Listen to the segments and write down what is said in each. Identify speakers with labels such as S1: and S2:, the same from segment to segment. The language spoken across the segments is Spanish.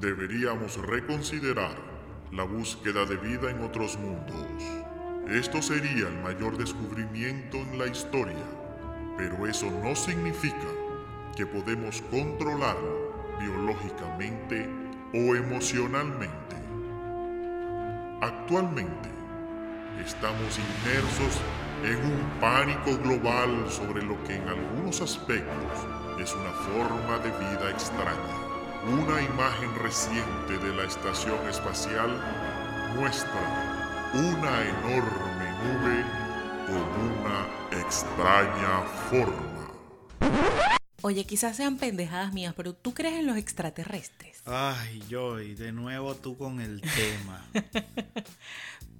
S1: deberíamos reconsiderar la búsqueda de vida en otros mundos. Esto sería el mayor descubrimiento en la historia, pero eso no significa que podemos controlarlo biológicamente o emocionalmente. Actualmente, estamos inmersos en un pánico global sobre lo que en algunos aspectos es una forma de vida extraña. Una imagen reciente de la estación espacial muestra una enorme nube con una extraña forma.
S2: Oye, quizás sean pendejadas mías, pero ¿tú crees en los extraterrestres?
S3: Ay, Joy, de nuevo tú con el tema.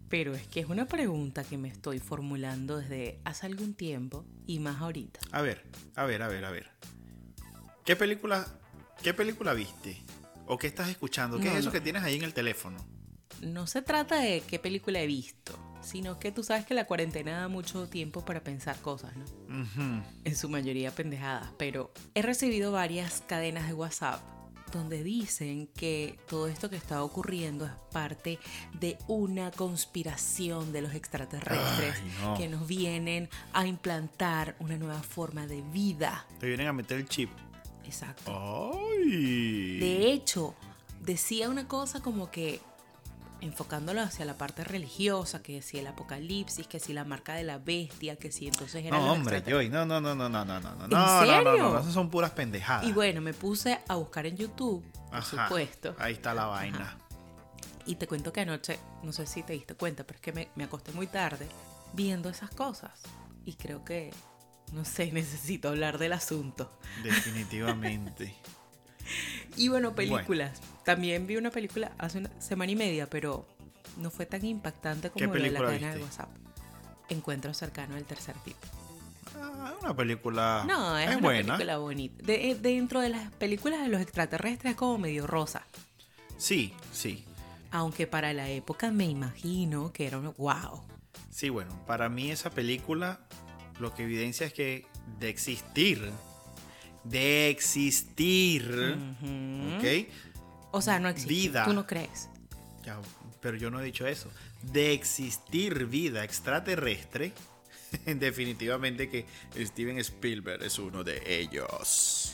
S2: Pero es que es una pregunta que me estoy formulando desde hace algún tiempo y más ahorita.
S3: A ver, a ver, a ver, a ver. ¿Qué película, qué película viste? ¿O qué estás escuchando? ¿Qué
S2: No,
S3: es eso
S2: no.
S3: que tienes ahí en el teléfono?
S2: No se trata de qué película he visto, sino que tú sabes que la cuarentena da mucho tiempo para pensar cosas, ¿no?
S3: Ujú.
S2: En su mayoría pendejadas, pero he recibido varias cadenas de WhatsApp donde dicen que todo esto que está ocurriendo es parte de una conspiración de los extraterrestres
S3: Ay, no.
S2: que nos vienen a implantar una nueva forma de vida.
S3: Te vienen a meter el chip.
S2: Exacto.
S3: ¡Ay!
S2: De hecho, decía una cosa como que enfocándolo hacia la parte religiosa, que si el apocalipsis, que si la marca de la bestia, que si entonces era
S3: no,
S2: la
S3: hombre,
S2: extraterrestre.
S3: Joy, no, no, no, no, no, no, no, no, no,
S2: ¿En
S3: no, no, no,
S2: serio?
S3: esas son puras pendejadas.
S2: Y bueno, me puse a buscar en YouTube, por
S3: Ajá,
S2: supuesto.
S3: Ahí está la vaina.
S2: Y te cuento que anoche, no sé si te diste cuenta, pero es que me, me acosté muy tarde viendo esas cosas. Y creo que, no sé, necesito hablar del asunto.
S3: Definitivamente.
S2: Y bueno, películas. También vi una película hace una semana y media, pero no fue tan impactante
S3: ¿Qué
S2: como lo de la
S3: película
S2: cadena de
S3: viste?
S2: WhatsApp. Encuentro cercano del tercer tipo.
S3: Ah, es una película.
S2: No, es, una
S3: buena.
S2: película bonita. De- eh, dentro de las películas de los extraterrestres es como medio rosa.
S3: Sí, sí.
S2: Aunque para la época me imagino que era un wow.
S3: Sí, bueno, para mí esa película lo que evidencia es que de existir, de existir,
S2: Ujú.
S3: ¿ok?
S2: O sea, no existe.
S3: Vida.
S2: ¿Tú no crees?
S3: Ya, pero yo no he dicho eso. De existir vida extraterrestre, definitivamente que Steven Spielberg es uno de ellos.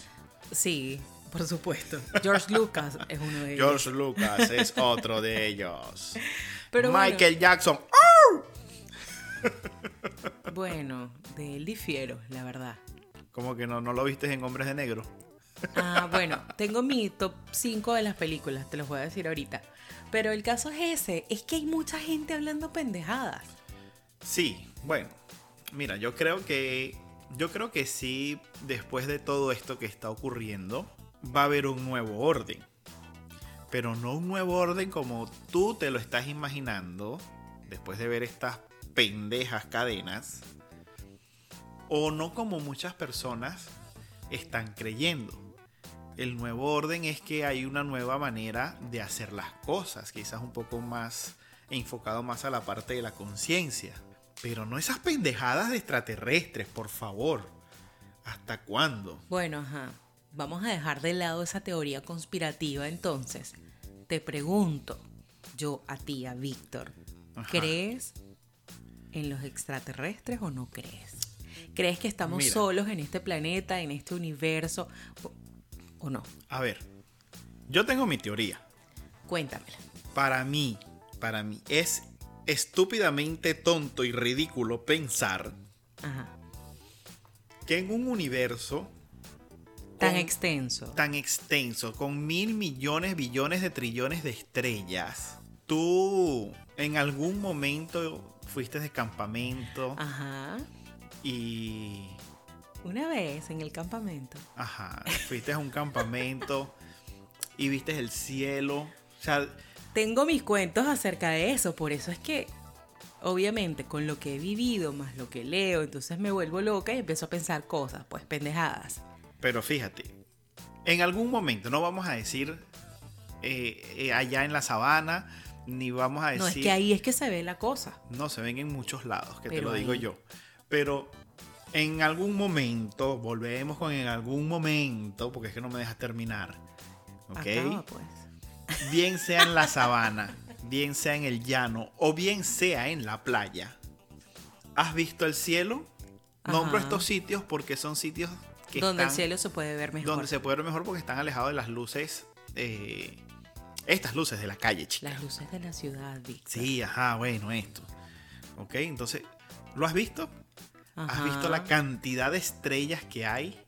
S2: Sí, por supuesto. George Lucas es uno de ellos.
S3: George Lucas es otro de ellos.
S2: Pero bueno.
S3: Michael Jackson. ¡ah!
S2: Bueno, de él difiero, la verdad.
S3: Como que no, no lo viste en Hombres de Negro.
S2: Ah, bueno, tengo mi top 5 de las películas, te los voy a decir ahorita. Pero el caso es ese, es que hay mucha gente hablando pendejadas.
S3: Sí, bueno, mira, yo creo que yo creo que sí después de todo esto que está ocurriendo va a haber un nuevo orden. Pero no un nuevo orden como tú te lo estás imaginando después de ver estas pendejas cadenas o no como muchas personas están creyendo. El nuevo orden es que hay una nueva manera de hacer las cosas, quizás un poco más enfocado más a la parte de la conciencia. Pero no esas pendejadas de extraterrestres, por favor. ¿Hasta cuándo?
S2: Bueno, ajá, vamos a dejar de lado esa teoría conspirativa entonces. Te pregunto, yo a ti, a Víctor,
S3: Ajá.
S2: ¿crees en los extraterrestres o no crees? ¿Crees que estamos
S3: Mira.
S2: solos en este planeta, en este universo o- o no?
S3: A ver, yo tengo mi teoría.
S2: Cuéntamela.
S3: Para mí, para mí es estúpidamente tonto y ridículo pensar
S2: Ajá.
S3: que en un universo
S2: Tan
S3: con-
S2: extenso.
S3: tan extenso, con mil millones, billones de trillones de estrellas. Tú en algún momento fuiste de campamento
S2: Ah. Ajá.
S3: y...
S2: Una vez en el campamento.
S3: Ajá, fuiste a un campamento y viste el cielo. O sea,
S2: Tengo mis cuentos acerca de eso, por eso es que, obviamente, con lo que he vivido, más lo que leo, entonces me vuelvo loca y empiezo a pensar cosas, pues pendejadas.
S3: pero fíjate, en algún momento no vamos a decir eh, eh, allá en la sabana, ni vamos a decir...
S2: No, es que ahí es que se ve la cosa.
S3: No, se ven en muchos lados, que te
S2: Pero
S3: lo digo
S2: ahí-
S3: yo. Pero en algún momento, volvemos con en algún momento, porque es que no me dejas terminar. ¿Ok?
S2: Acaba, pues.
S3: bien sea en la sabana, bien sea en el llano o bien sea en la playa. ¿Has visto el cielo? Nombro
S2: Ajá.
S3: estos sitios porque son sitios que
S2: donde el
S3: están-
S2: cielo se puede ver mejor.
S3: donde se puede ver mejor porque están alejados de las luces, eh, estas luces de la calle, chicas.
S2: Las luces de la ciudad, Víctor.
S3: Sí, ajá, bueno, esto. Ok, entonces, ¿lo has visto? ¿Has
S2: Ajá.
S3: visto la cantidad de estrellas que hay?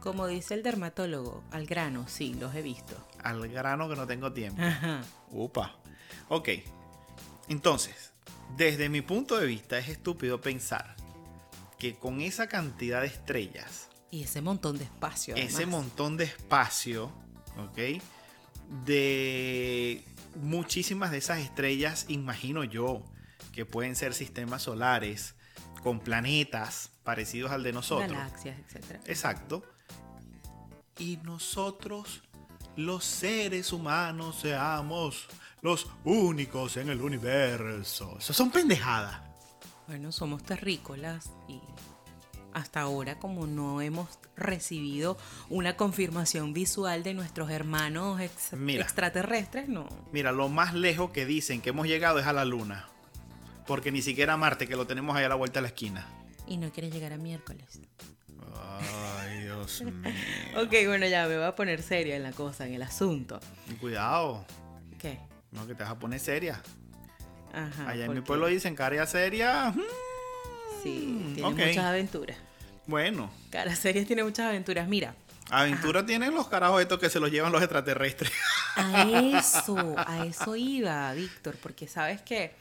S2: Como dice el dermatólogo, al grano, sí, los he visto.
S3: Al grano que no tengo tiempo.
S2: Ajá.
S3: Upa. Ok. Entonces, desde mi punto de vista es estúpido pensar que con esa cantidad de estrellas,
S2: Y ese montón de espacio.
S3: ese
S2: además.
S3: montón de espacio, ¿ok? De muchísimas de esas estrellas, imagino yo, que pueden ser sistemas solares con planetas parecidos al de nosotros.
S2: Galaxias, etcétera.
S3: Exacto. Y nosotros, los seres humanos, seamos los únicos en el universo. Eso son pendejadas.
S2: Bueno, somos terrícolas y hasta ahora como no hemos recibido una confirmación visual de nuestros hermanos ex-
S3: Mira.
S2: extraterrestres, no.
S3: Mira, lo más lejos que dicen que hemos llegado es a la luna. Porque ni siquiera a Marte, que lo tenemos ahí a la vuelta de la esquina.
S2: Y no quiere llegar a miércoles.
S3: Ay, Dios mío.
S2: Ok, bueno, ya me voy a poner seria en la cosa, en el asunto.
S3: Cuidado,
S2: ¿Qué?
S3: no que te vas a poner seria.
S2: Ajá.
S3: Allá en
S2: Ah, ¿por
S3: mi
S2: qué?
S3: pueblo dicen área seria. mm,
S2: Sí,
S3: Mm,
S2: tiene
S3: ok.
S2: muchas aventuras.
S3: Bueno,
S2: Cara series tiene muchas aventuras. Mira,
S3: aventura tienen los carajos estos que se los llevan los extraterrestres.
S2: a eso, a eso iba, Víctor, porque sabes que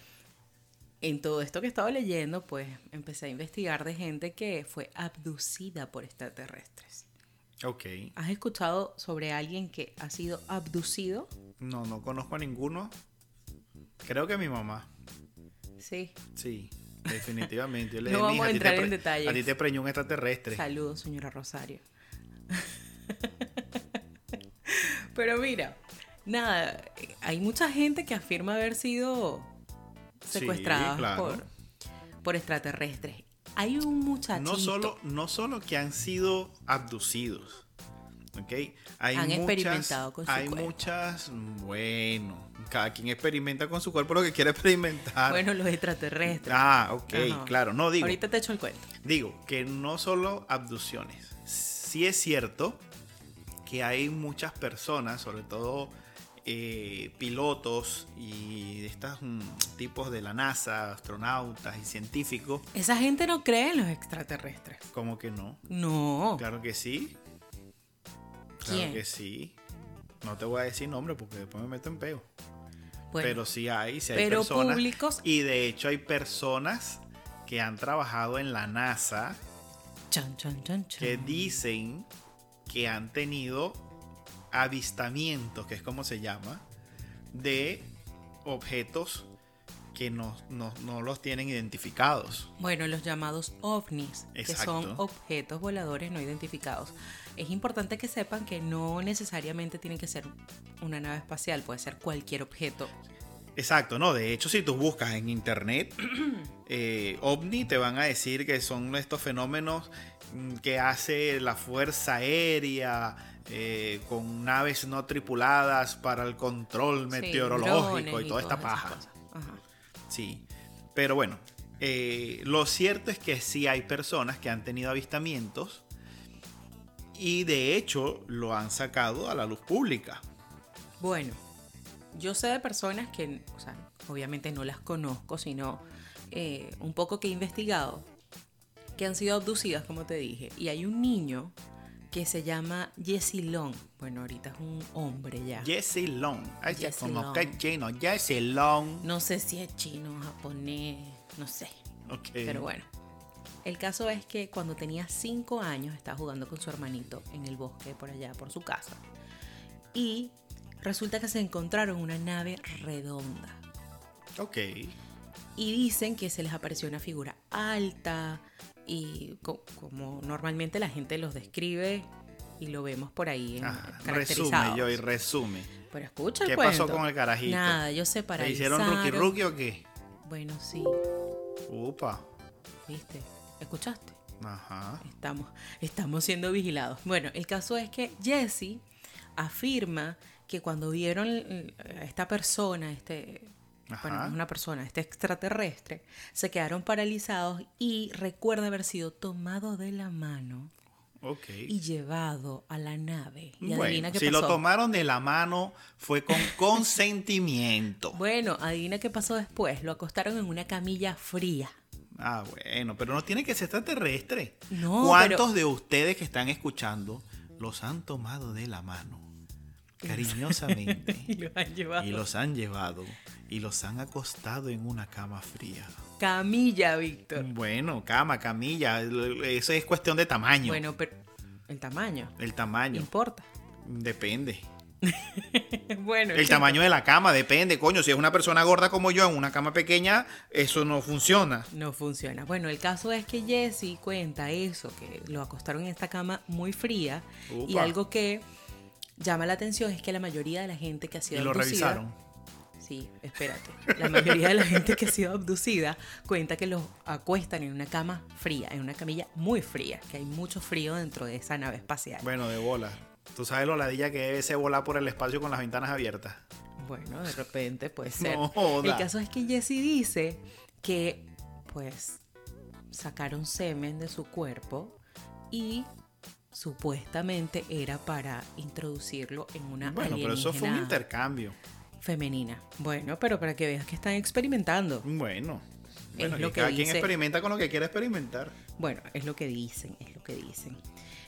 S2: en todo esto que he estado leyendo, pues empecé a investigar de gente que fue abducida por extraterrestres.
S3: Ok.
S2: ¿Has escuchado sobre alguien que ha sido abducido?
S3: No, no conozco a ninguno. Creo que mi mamá.
S2: Sí.
S3: Sí, definitivamente. Yo le
S2: No
S3: dije,
S2: vamos
S3: "Mija,
S2: a
S3: ti te
S2: entrar en
S3: pre-
S2: detalles.
S3: A ti te preñó un extraterrestre.
S2: Saludos, señora Rosario. Pero mira, nada, hay mucha gente que afirma haber sido
S3: Sí,
S2: secuestradas
S3: claro.
S2: por, por extraterrestres. Hay un muchachito.
S3: No solo, no solo que han sido abducidos. ¿Ok? Hay
S2: Han
S3: muchas-
S2: experimentado con su
S3: Hay
S2: cuerpo.
S3: muchas. Bueno, cada quien experimenta con su cuerpo lo que quiere experimentar.
S2: Bueno, los extraterrestres.
S3: ah, ok,
S2: Ajá.
S3: claro. No digo.
S2: Ahorita te echo el cuento.
S3: Digo que no solo abducciones. Sí es cierto que hay muchas personas, sobre todo eh, pilotos y estos mm, tipos de la NASA, astronautas y científicos,
S2: Esa gente no cree en los extraterrestres.
S3: como que no.
S2: No.
S3: Claro que sí. Claro
S2: Oh. ¿Quién?
S3: que sí. No te voy a decir nombre porque después me meto en peo.
S2: Bueno,
S3: pero sí hay, sí hay
S2: pero
S3: personas.
S2: públicos.
S3: Y de hecho hay personas que han trabajado en la NASA
S2: Chan, chan, chan, chan.
S3: que dicen que han tenido avistamientos, que es como se llama, de objetos que no, no- no los tienen identificados.
S2: Bueno, los llamados ovnis, que son
S3: Exacto.
S2: objetos voladores no identificados. Es importante que sepan que no necesariamente tiene que ser una nave espacial, puede ser cualquier objeto.
S3: Exacto, no, de hecho si tú buscas en internet eh, ovni te van a decir que son estos fenómenos mm, que hace la Fuerza Aérea eh, con naves no tripuladas para el control
S2: Sí,
S3: meteorológico
S2: drones
S3: y toda esta
S2: todas esas
S3: paja.
S2: cosas. Ajá.
S3: Sí, pero bueno, eh, lo cierto es que sí hay personas que han tenido avistamientos y de hecho lo han sacado a la luz pública.
S2: Bueno, yo sé de personas que, o sea, obviamente no las conozco, sino eh, un poco que he investigado, que han sido abducidas, como te dije. Y hay un niño que se llama Yesilon. Bueno, ahorita es un hombre ya.
S3: Jesse Long, ahí se
S2: Jesse
S3: como
S2: Long.
S3: que chino, Jesse Long.
S2: No sé si es chino, japonés, no sé.
S3: Ok.
S2: Pero bueno. El caso es que cuando tenía 5 años estaba jugando con su hermanito en el bosque por allá, por su casa. Y resulta que se encontraron una nave redonda.
S3: Ok,
S2: Y dicen que se les apareció una figura alta y co- como normalmente la gente los describe y lo vemos por ahí en,
S3: Ajá,
S2: caracterizados.
S3: Ah, resume, yo y resume.
S2: Pero escucha el
S3: ¿Qué pasó
S2: cuento.
S3: con el carajito?
S2: Nada, ellos se
S3: ¿Le
S2: paralizaron.
S3: hicieron rookie rookie o qué?
S2: Bueno, sí,
S3: Upa,
S2: viste, escuchaste.
S3: ajá.
S2: Estamos, estamos siendo vigilados. Bueno, el caso es que Jesse afirma que cuando vieron l- a esta persona, este,
S3: Ajá.
S2: bueno, no es una persona, este extraterrestre, se quedaron paralizados y recuerda haber sido tomado de la mano
S3: Ok.
S2: y llevado a la nave. Y
S3: Bueno,
S2: adivina qué
S3: si
S2: pasó.
S3: lo tomaron de la mano fue con consentimiento.
S2: Bueno, adivina qué pasó después. Lo acostaron en una camilla fría.
S3: Ah, bueno, pero no tiene que ser extraterrestre.
S2: No,
S3: ¿Cuántos de ustedes que están escuchando los han tomado de la mano
S2: Y
S3: cariñosamente
S2: lo han llevado.
S3: y los han llevado y los han acostado en una cama fría?
S2: Camilla, Víctor.
S3: Bueno, cama, camilla, eso es cuestión de tamaño.
S2: Bueno, pero el tamaño.
S3: el tamaño
S2: Importa.
S3: depende.
S2: Bueno,
S3: El
S2: chico,
S3: tamaño de la cama depende, coño. Si es una persona gorda como yo en una cama pequeña, eso no funciona.
S2: No funciona. Bueno, el caso es que Jesse cuenta eso, que lo acostaron en esta cama muy fría. Y
S3: Upa.
S2: algo que llama la atención es que la mayoría de la gente que ha
S3: Y
S2: sido
S3: lo
S2: abducida-
S3: revisaron.
S2: Sí, espérate. La mayoría de la gente que ha sido abducida cuenta que los acuestan en una cama fría, en una camilla muy fría, que hay mucho frío dentro de esa nave espacial.
S3: Bueno, de bola. Tú sabes lo ladilla que debe ser volar por el espacio con las ventanas abiertas.
S2: Bueno, de repente puede ser.
S3: No joda.
S2: El caso es que Jesse dice que, pues, sacaron semen de su cuerpo y supuestamente era para introducirlo en una
S3: Bueno, pero eso fue
S2: Ah,
S3: un
S2: alienígena
S3: intercambio.
S2: femenina. Bueno, pero para que veas que están experimentando.
S3: Bueno.
S2: Es
S3: Bueno,
S2: lo
S3: que
S2: que
S3: cada quien
S2: dice.
S3: experimenta con lo que quiera experimentar.
S2: Bueno, es lo que dicen, es lo que dicen.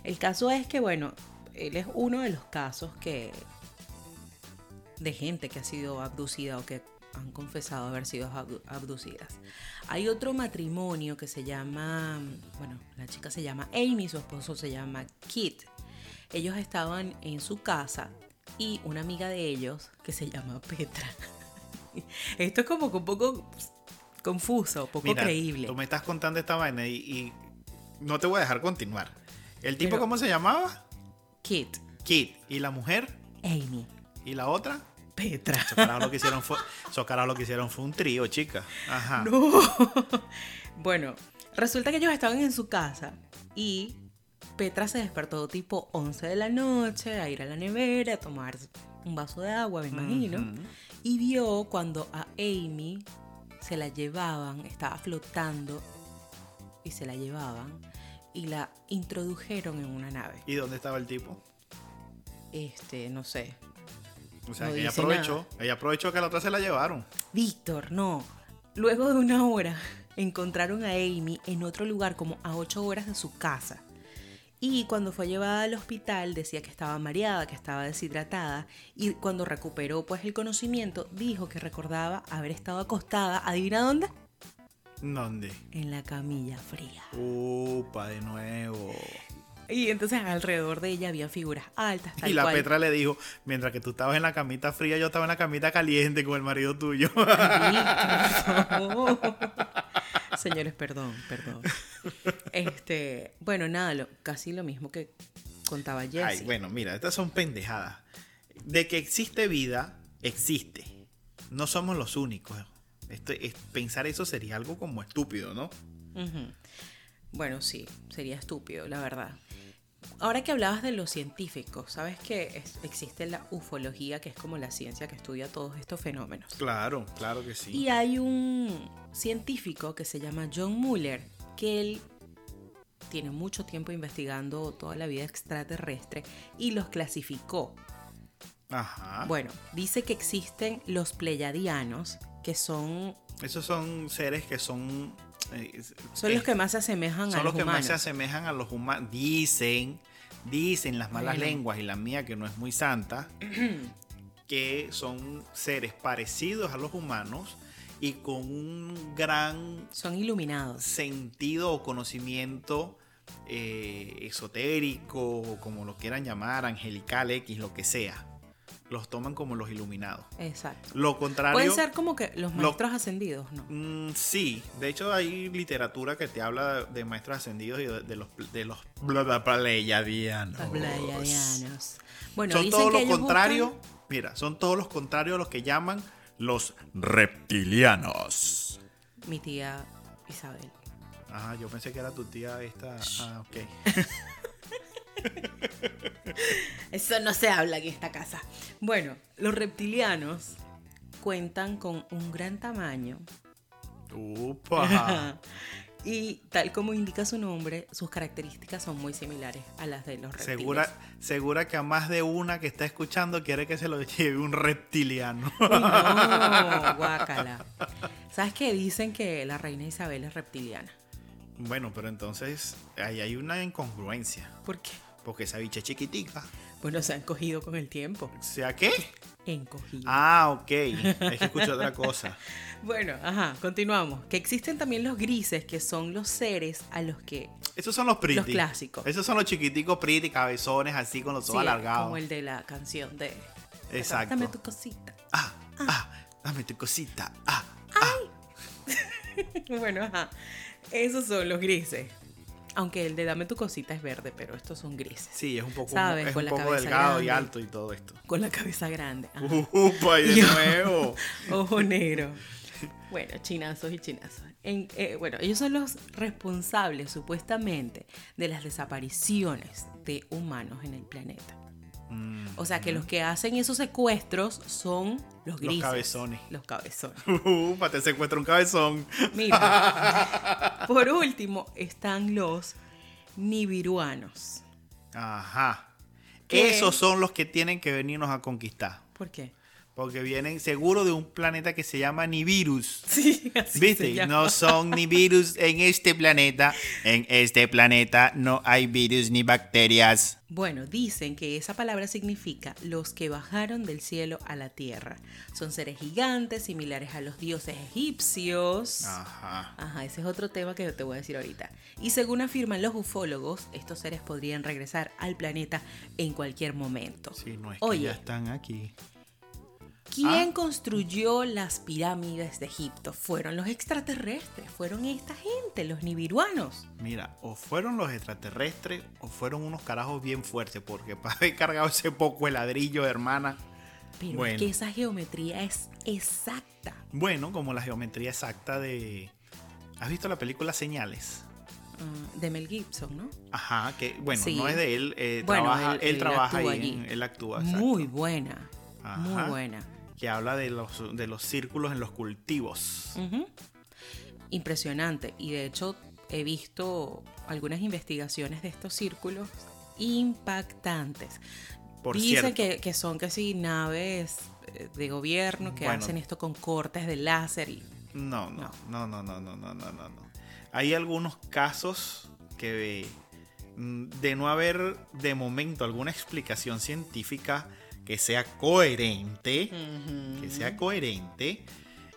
S2: El caso es que, bueno, él es uno de los casos que de gente que ha sido abducida o que han confesado haber sido abdu- abducidas. Hay otro matrimonio que se llama, bueno, la chica se llama Amy, su esposo se llama Kit. Ellos estaban en su casa y una amiga de ellos que se llama Petra. Esto es como que un poco confuso, poco
S3: Mira,
S2: creíble.
S3: Tú me estás contando esta vaina y, y no te voy a dejar continuar. ¿El tipo
S2: Pero-
S3: cómo se llamaba?
S2: Kit,
S3: Kit. ¿Y la mujer?
S2: Amy.
S3: ¿Y la otra?
S2: Petra.
S3: Esos carajos lo que hicieron fue, esos carajos lo que hicieron fue un trío, chica. Ajá.
S2: Bueno, resulta que ellos estaban en su casa y Petra se despertó tipo 11 de la noche a ir a la nevera, a tomar un vaso de agua, me imagino. Y vio cuando a Amy se la llevaban, estaba flotando y se la llevaban y la introdujeron en una nave.
S3: ¿Y dónde estaba el tipo?
S2: Este, no sé.
S3: O sea,
S2: No
S3: que ella
S2: dice
S3: aprovechó. Ella aprovechó que a la otra se la llevaron.
S2: Víctor, no. Luego de una hora encontraron a Amy en otro lugar como a ocho horas de su casa. Y cuando fue llevada al hospital decía que estaba mareada, que estaba deshidratada y cuando recuperó pues el conocimiento dijo que recordaba haber estado acostada, adivina dónde,
S3: ¿Dónde?
S2: en la camilla fría.
S3: Upa, de nuevo.
S2: Y entonces alrededor de ella había figuras altas. Tal
S3: Y la
S2: cual.
S3: Petra le dijo, mientras que tú estabas en la camita fría, yo estaba en la camita caliente con el marido tuyo.
S2: Víctor, no. Señores, perdón, perdón. Este, bueno, nada, lo- casi lo mismo que contaba Jesse.
S3: Ay, bueno, mira, estas son pendejadas. De que existe vida, existe. No somos los únicos. Esto es- pensar eso sería algo como estúpido, ¿no?
S2: Ujú. Bueno, sí, sería estúpido, la verdad. Ahora que hablabas de los científicos, sabes que es- existe la ufología, que es como la ciencia que estudia todos estos fenómenos.
S3: Claro, claro que sí.
S2: Y hay un científico que se llama John Mueller, que él tiene mucho tiempo investigando toda la vida extraterrestre y los clasificó.
S3: Ajá.
S2: Bueno, dice que existen los pleyadianos, que son,
S3: Esos son seres que son... eh,
S2: son los
S3: eh,
S2: que más se asemejan a
S3: son
S2: los,
S3: los que
S2: humanos.
S3: más se asemejan a los humanos. Dicen, dicen las malas
S2: Bueno.
S3: lenguas y la mía que no es muy santa, que son seres parecidos a los humanos y con un gran
S2: Son iluminados.
S3: sentido o conocimiento eh, esotérico, o como lo quieran llamar, angelical X, lo que sea. Los toman como los iluminados.
S2: Exacto.
S3: Lo contrario...
S2: Pueden ser como que los
S3: lo-
S2: maestros ascendidos, ¿no?
S3: Mm, sí, de hecho hay literatura que te habla de maestros ascendidos y de, de los de los bla, bla, bla, pleiadianos.
S2: Los pleyadianos. Bueno,
S3: son
S2: dicen
S3: todo
S2: que
S3: lo
S2: ellos
S3: contrario.
S2: buscan-
S3: Mira, son todos los contrarios a los que llaman los reptilianos.
S2: Mi tía Isabel.
S3: Ah, yo pensé que era tu tía esta. Ah, ok.
S2: Eso no se habla en esta casa. Bueno, los reptilianos cuentan con un gran tamaño
S3: Upa.
S2: y tal como indica su nombre, sus características son muy similares a las de los reptiles.
S3: Segura, segura que a más de una que está escuchando quiere que se lo lleve un reptiliano.
S2: Uy, no, guácala. ¿Sabes qué? Dicen que la reina Isabel es reptiliana.
S3: Bueno, pero entonces ahí hay una incongruencia.
S2: ¿Por qué?
S3: Porque esa bicha es chiquitica.
S2: Bueno, se han cogido con el tiempo.
S3: O sea, ¿qué?
S2: Encogido.
S3: Ah, ok. Es que escucho otra cosa.
S2: Bueno, ajá, continuamos. Que existen también los grises, que son los seres a los que
S3: Esos son los pretty.
S2: Los clásicos.
S3: Esos son los chiquiticos pretty, cabezones, así con los ojos
S2: Sí,
S3: alargados.
S2: Como el de la canción de.
S3: Exacto.
S2: Dame tu cosita.
S3: Ah, ah, dame tu cosita. Ah,
S2: bueno, ajá. Esos son los grises. Aunque el de Dame tu cosita es verde, pero estos son grises.
S3: sí, es un poco,
S2: Saben,
S3: es
S2: con
S3: un
S2: la
S3: poco
S2: cabeza
S3: delgado y
S2: grande.
S3: alto y todo esto.
S2: Con la cabeza grande. ajá.
S3: Upa, y de
S2: Yo-
S3: nuevo.
S2: Ojo negro. Bueno, chinazos y chinazos. En- eh, bueno, ellos son los responsables supuestamente de las desapariciones de humanos en el planeta.
S3: Mm.
S2: O sea que los que hacen esos secuestros son los grises.
S3: cabezones.
S2: Los cabezones.
S3: Upa, te secuestra un cabezón.
S2: Mira. por último están los nibiruanos.
S3: Ajá.
S2: ¿Qué?
S3: Esos son los que tienen que venirnos a conquistar.
S2: ¿Por qué?
S3: Porque vienen seguro de un planeta que se llama Nibiru's.
S2: Sí, así
S3: ¿Viste?
S2: se llama.
S3: No son ni virus en este planeta. En este planeta no hay virus ni bacterias.
S2: Bueno, dicen que esa palabra significa los que bajaron del cielo a la tierra. Son seres gigantes, similares a los dioses egipcios.
S3: Ah. Ajá.
S2: Ajá, ese es otro tema que yo te voy a decir ahorita. Y según afirman los ufólogos, estos seres podrían regresar al planeta en cualquier momento.
S3: Sí, no es que
S2: Oye,
S3: ya están aquí.
S2: ¿quién
S3: Ah.
S2: construyó las pirámides de Egipto? Fueron los extraterrestres, fueron esta gente, los nibiruanos.
S3: Mira, o fueron los extraterrestres o fueron unos carajos bien fuertes. Porque para haber cargado ese poco de ladrillo, hermana.
S2: Pero
S3: Bueno.
S2: es que esa geometría es exacta.
S3: Bueno, como la geometría exacta de. ¿Has visto la película Señales?
S2: ah, de Mel Gibson, ¿no?
S3: Ajá, que bueno,
S2: Sí.
S3: no es de él. eh,
S2: Bueno,
S3: trabaja,
S2: él-
S3: él,
S2: él
S3: trabaja
S2: actúa
S3: ahí, en-
S2: allí.
S3: él actúa. exacto.
S2: Muy buena, muy
S3: Ajá.
S2: buena.
S3: Que habla de los, de los círculos en los cultivos.
S2: Ujú. Impresionante. Y de hecho he visto algunas investigaciones de estos círculos impactantes.
S3: Por
S2: Dicen
S3: cierto.
S2: que, que son casi naves eh, de gobierno que
S3: Bueno.
S2: hacen esto con cortes de láser y
S3: No, no, no, no, no, no, no, no, no, no. Hay algunos casos que mm, de no haber de momento alguna explicación científica que sea coherente, que sea coherente,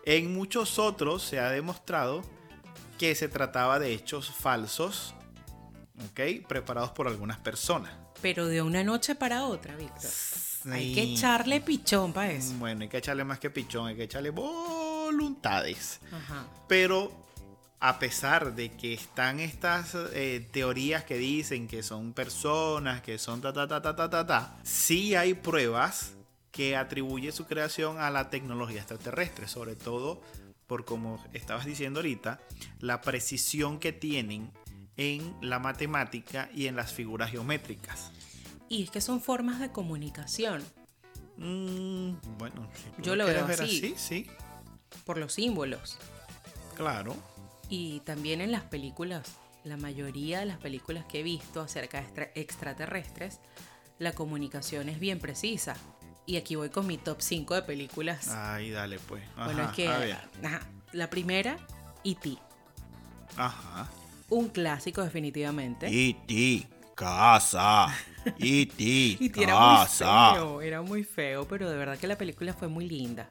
S3: en muchos otros se ha demostrado que se trataba de hechos falsos, ¿ok? Preparados por algunas personas.
S2: pero de una noche para otra, Víctor. Hay que
S3: Sí.
S2: echarle pichón para eso.
S3: Bueno, hay que echarle más que pichón, hay que echarle voluntades.
S2: Ajá.
S3: Pero a pesar de que están estas eh, teorías que dicen que son personas, que son ta ta ta ta ta ta ta, sí hay pruebas que atribuye su creación a la tecnología extraterrestre, sobre todo por como estabas diciendo ahorita, la precisión que tienen en la matemática y en las figuras geométricas.
S2: Y es que son formas de comunicación
S3: Mm, bueno, si tú
S2: Yo lo veo
S3: quieres ver
S2: así.
S3: sí,
S2: por los símbolos.
S3: claro.
S2: Y también en las películas, la mayoría de las películas que he visto acerca de extra- extraterrestres, la comunicación es bien precisa. Y aquí voy con mi top 5 de películas.
S3: Ay, dale pues.
S2: bueno,
S3: Ajá,
S2: es que
S3: a ver.
S2: ajá, la primera, E.T.,
S3: Ajá.
S2: un clásico definitivamente.
S3: E.T. Casa. E.T.
S2: Y era muy feo, era muy feo, pero de verdad que la película fue muy linda.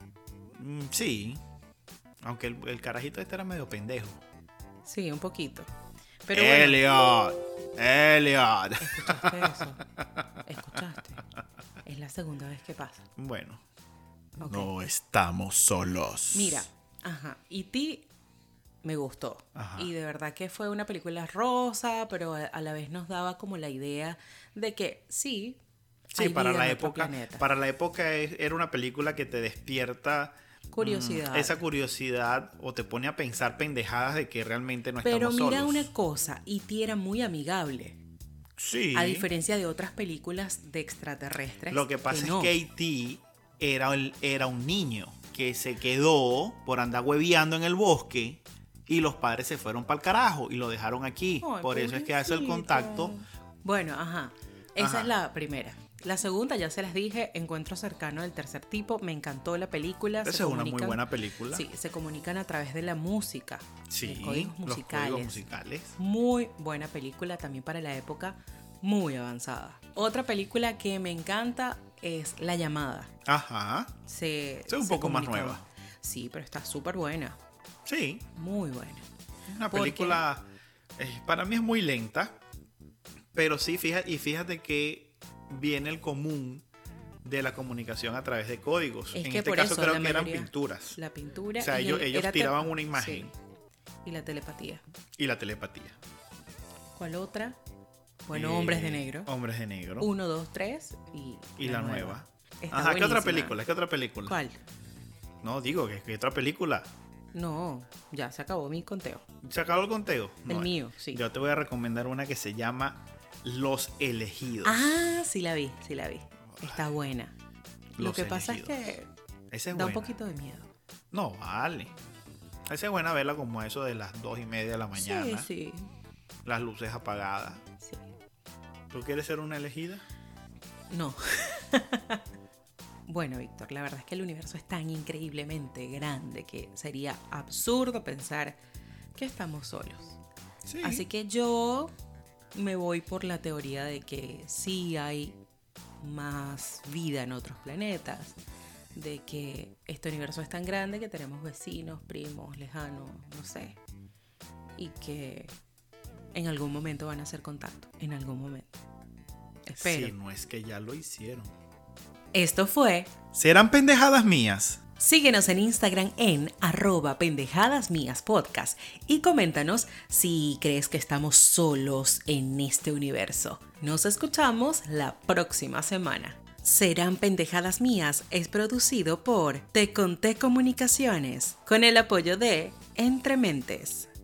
S3: Mm, Sí. Aunque el, el carajito este era medio pendejo.
S2: Sí, un poquito. Pero bueno,
S3: Elliot. Elliot.
S2: ¿escuchaste eso? ¿Escuchaste? Es la segunda vez que pasa.
S3: Bueno.
S2: Ok.
S3: No estamos solos.
S2: Mira, ajá, E.T. me gustó.
S3: Ajá.
S2: Y de verdad que fue una película rosa, pero a, a la vez nos daba como la idea de que sí.
S3: Sí,
S2: hay
S3: para
S2: vida
S3: la,
S2: en otro
S3: época,
S2: planeta.
S3: para la época es- era una película que te despierta mm,
S2: Curiosidad.
S3: esa curiosidad o te pone a pensar pendejadas de que realmente no
S2: pero
S3: estamos
S2: mira
S3: solos.
S2: una cosa, E.T. era muy amigable.
S3: Sí.
S2: A diferencia de otras películas de extraterrestres.
S3: Lo que pasa
S2: no.
S3: es que E.T. era, el- era un niño que se quedó por andar hueviando en el bosque y los padres se fueron para el carajo y lo dejaron aquí.
S2: Ay,
S3: por eso es que hace el
S4: pobrecito.
S3: contacto.
S2: Bueno, ajá. Esa
S3: Ajá.
S2: es la primera. La segunda, ya se las dije, Encuentro cercano del tercer tipo. Me encantó la película.
S3: Esa
S2: se
S3: es una muy
S2: comunican-
S3: buena película.
S2: Sí, se comunican a través de la música.
S3: Sí,
S2: de códigos
S3: los
S2: musicales.
S3: códigos musicales.
S2: Muy buena película también para la época, muy avanzada. Otra película que me encanta es La llamada.
S3: Ajá.
S2: Se,
S3: Esa es un
S2: se
S3: poco más
S2: comunicaba.
S3: nueva.
S2: Sí, pero está súper buena,
S3: Sí,
S2: muy buena.
S3: Una
S2: Porque-
S3: película eh, para mí es muy lenta, pero sí, fíjate, y fíjate que viene el común de la comunicación a través de códigos.
S2: Es
S3: en
S2: que
S3: este
S2: por
S3: caso
S2: eso
S3: creo
S2: la
S3: que eran
S2: mayoría-
S3: pinturas
S2: La pintura.
S3: O sea,
S2: y
S3: ellos-
S2: el-
S3: ellos
S2: era te-
S3: tiraban una imagen.
S2: Sí, y la telepatía.
S3: y la telepatía.
S2: ¿Cuál otra? Bueno,
S3: Eh,
S2: Hombres de Negro.
S3: Hombres de negro.
S2: Uno, dos, tres y,
S3: y la nueva.
S2: Está
S3: Ajá, ¿qué otra
S2: buenísima.
S3: película? ¿Qué otra película?
S2: ¿Cuál?
S3: No, digo, que que otra película?
S2: No, ya se acabó mi conteo.
S3: ¿Se acabó el conteo?
S2: El
S3: No,
S2: mío, sí.
S3: Yo te voy a recomendar una que se llama Los Elegidos.
S2: Ah, sí la vi, sí la vi. Está buena. Lo
S3: Los
S2: que pasa es que
S3: elegidos. Esa es
S2: da un
S3: buena.
S2: poquito de miedo.
S3: No, vale. Esa es buena verla como eso de las dos y media de la mañana.
S2: Sí, sí,
S3: Las luces apagadas.
S2: sí.
S3: ¿Tú quieres ser una elegida?
S2: No. bueno, Víctor, la verdad es que el universo es tan increíblemente grande que sería absurdo pensar que estamos solos.
S3: Sí.
S2: Así que yo me voy por la teoría de que sí hay más vida en otros planetas, de que este universo es tan grande que tenemos vecinos, primos, lejanos, no sé, y que en algún momento van a hacer contacto, en algún momento. Espero.
S3: Si no es que ya lo hicieron.
S2: Esto fue.
S3: ¿Serán pendejadas mías?
S2: Síguenos en Instagram en arroba pendejadas mías podcast y coméntanos si crees que estamos solos en este universo. Nos escuchamos la próxima semana. Serán Pendejadas Mías es producido por Te Conté Comunicaciones con el apoyo de Entre Mentes.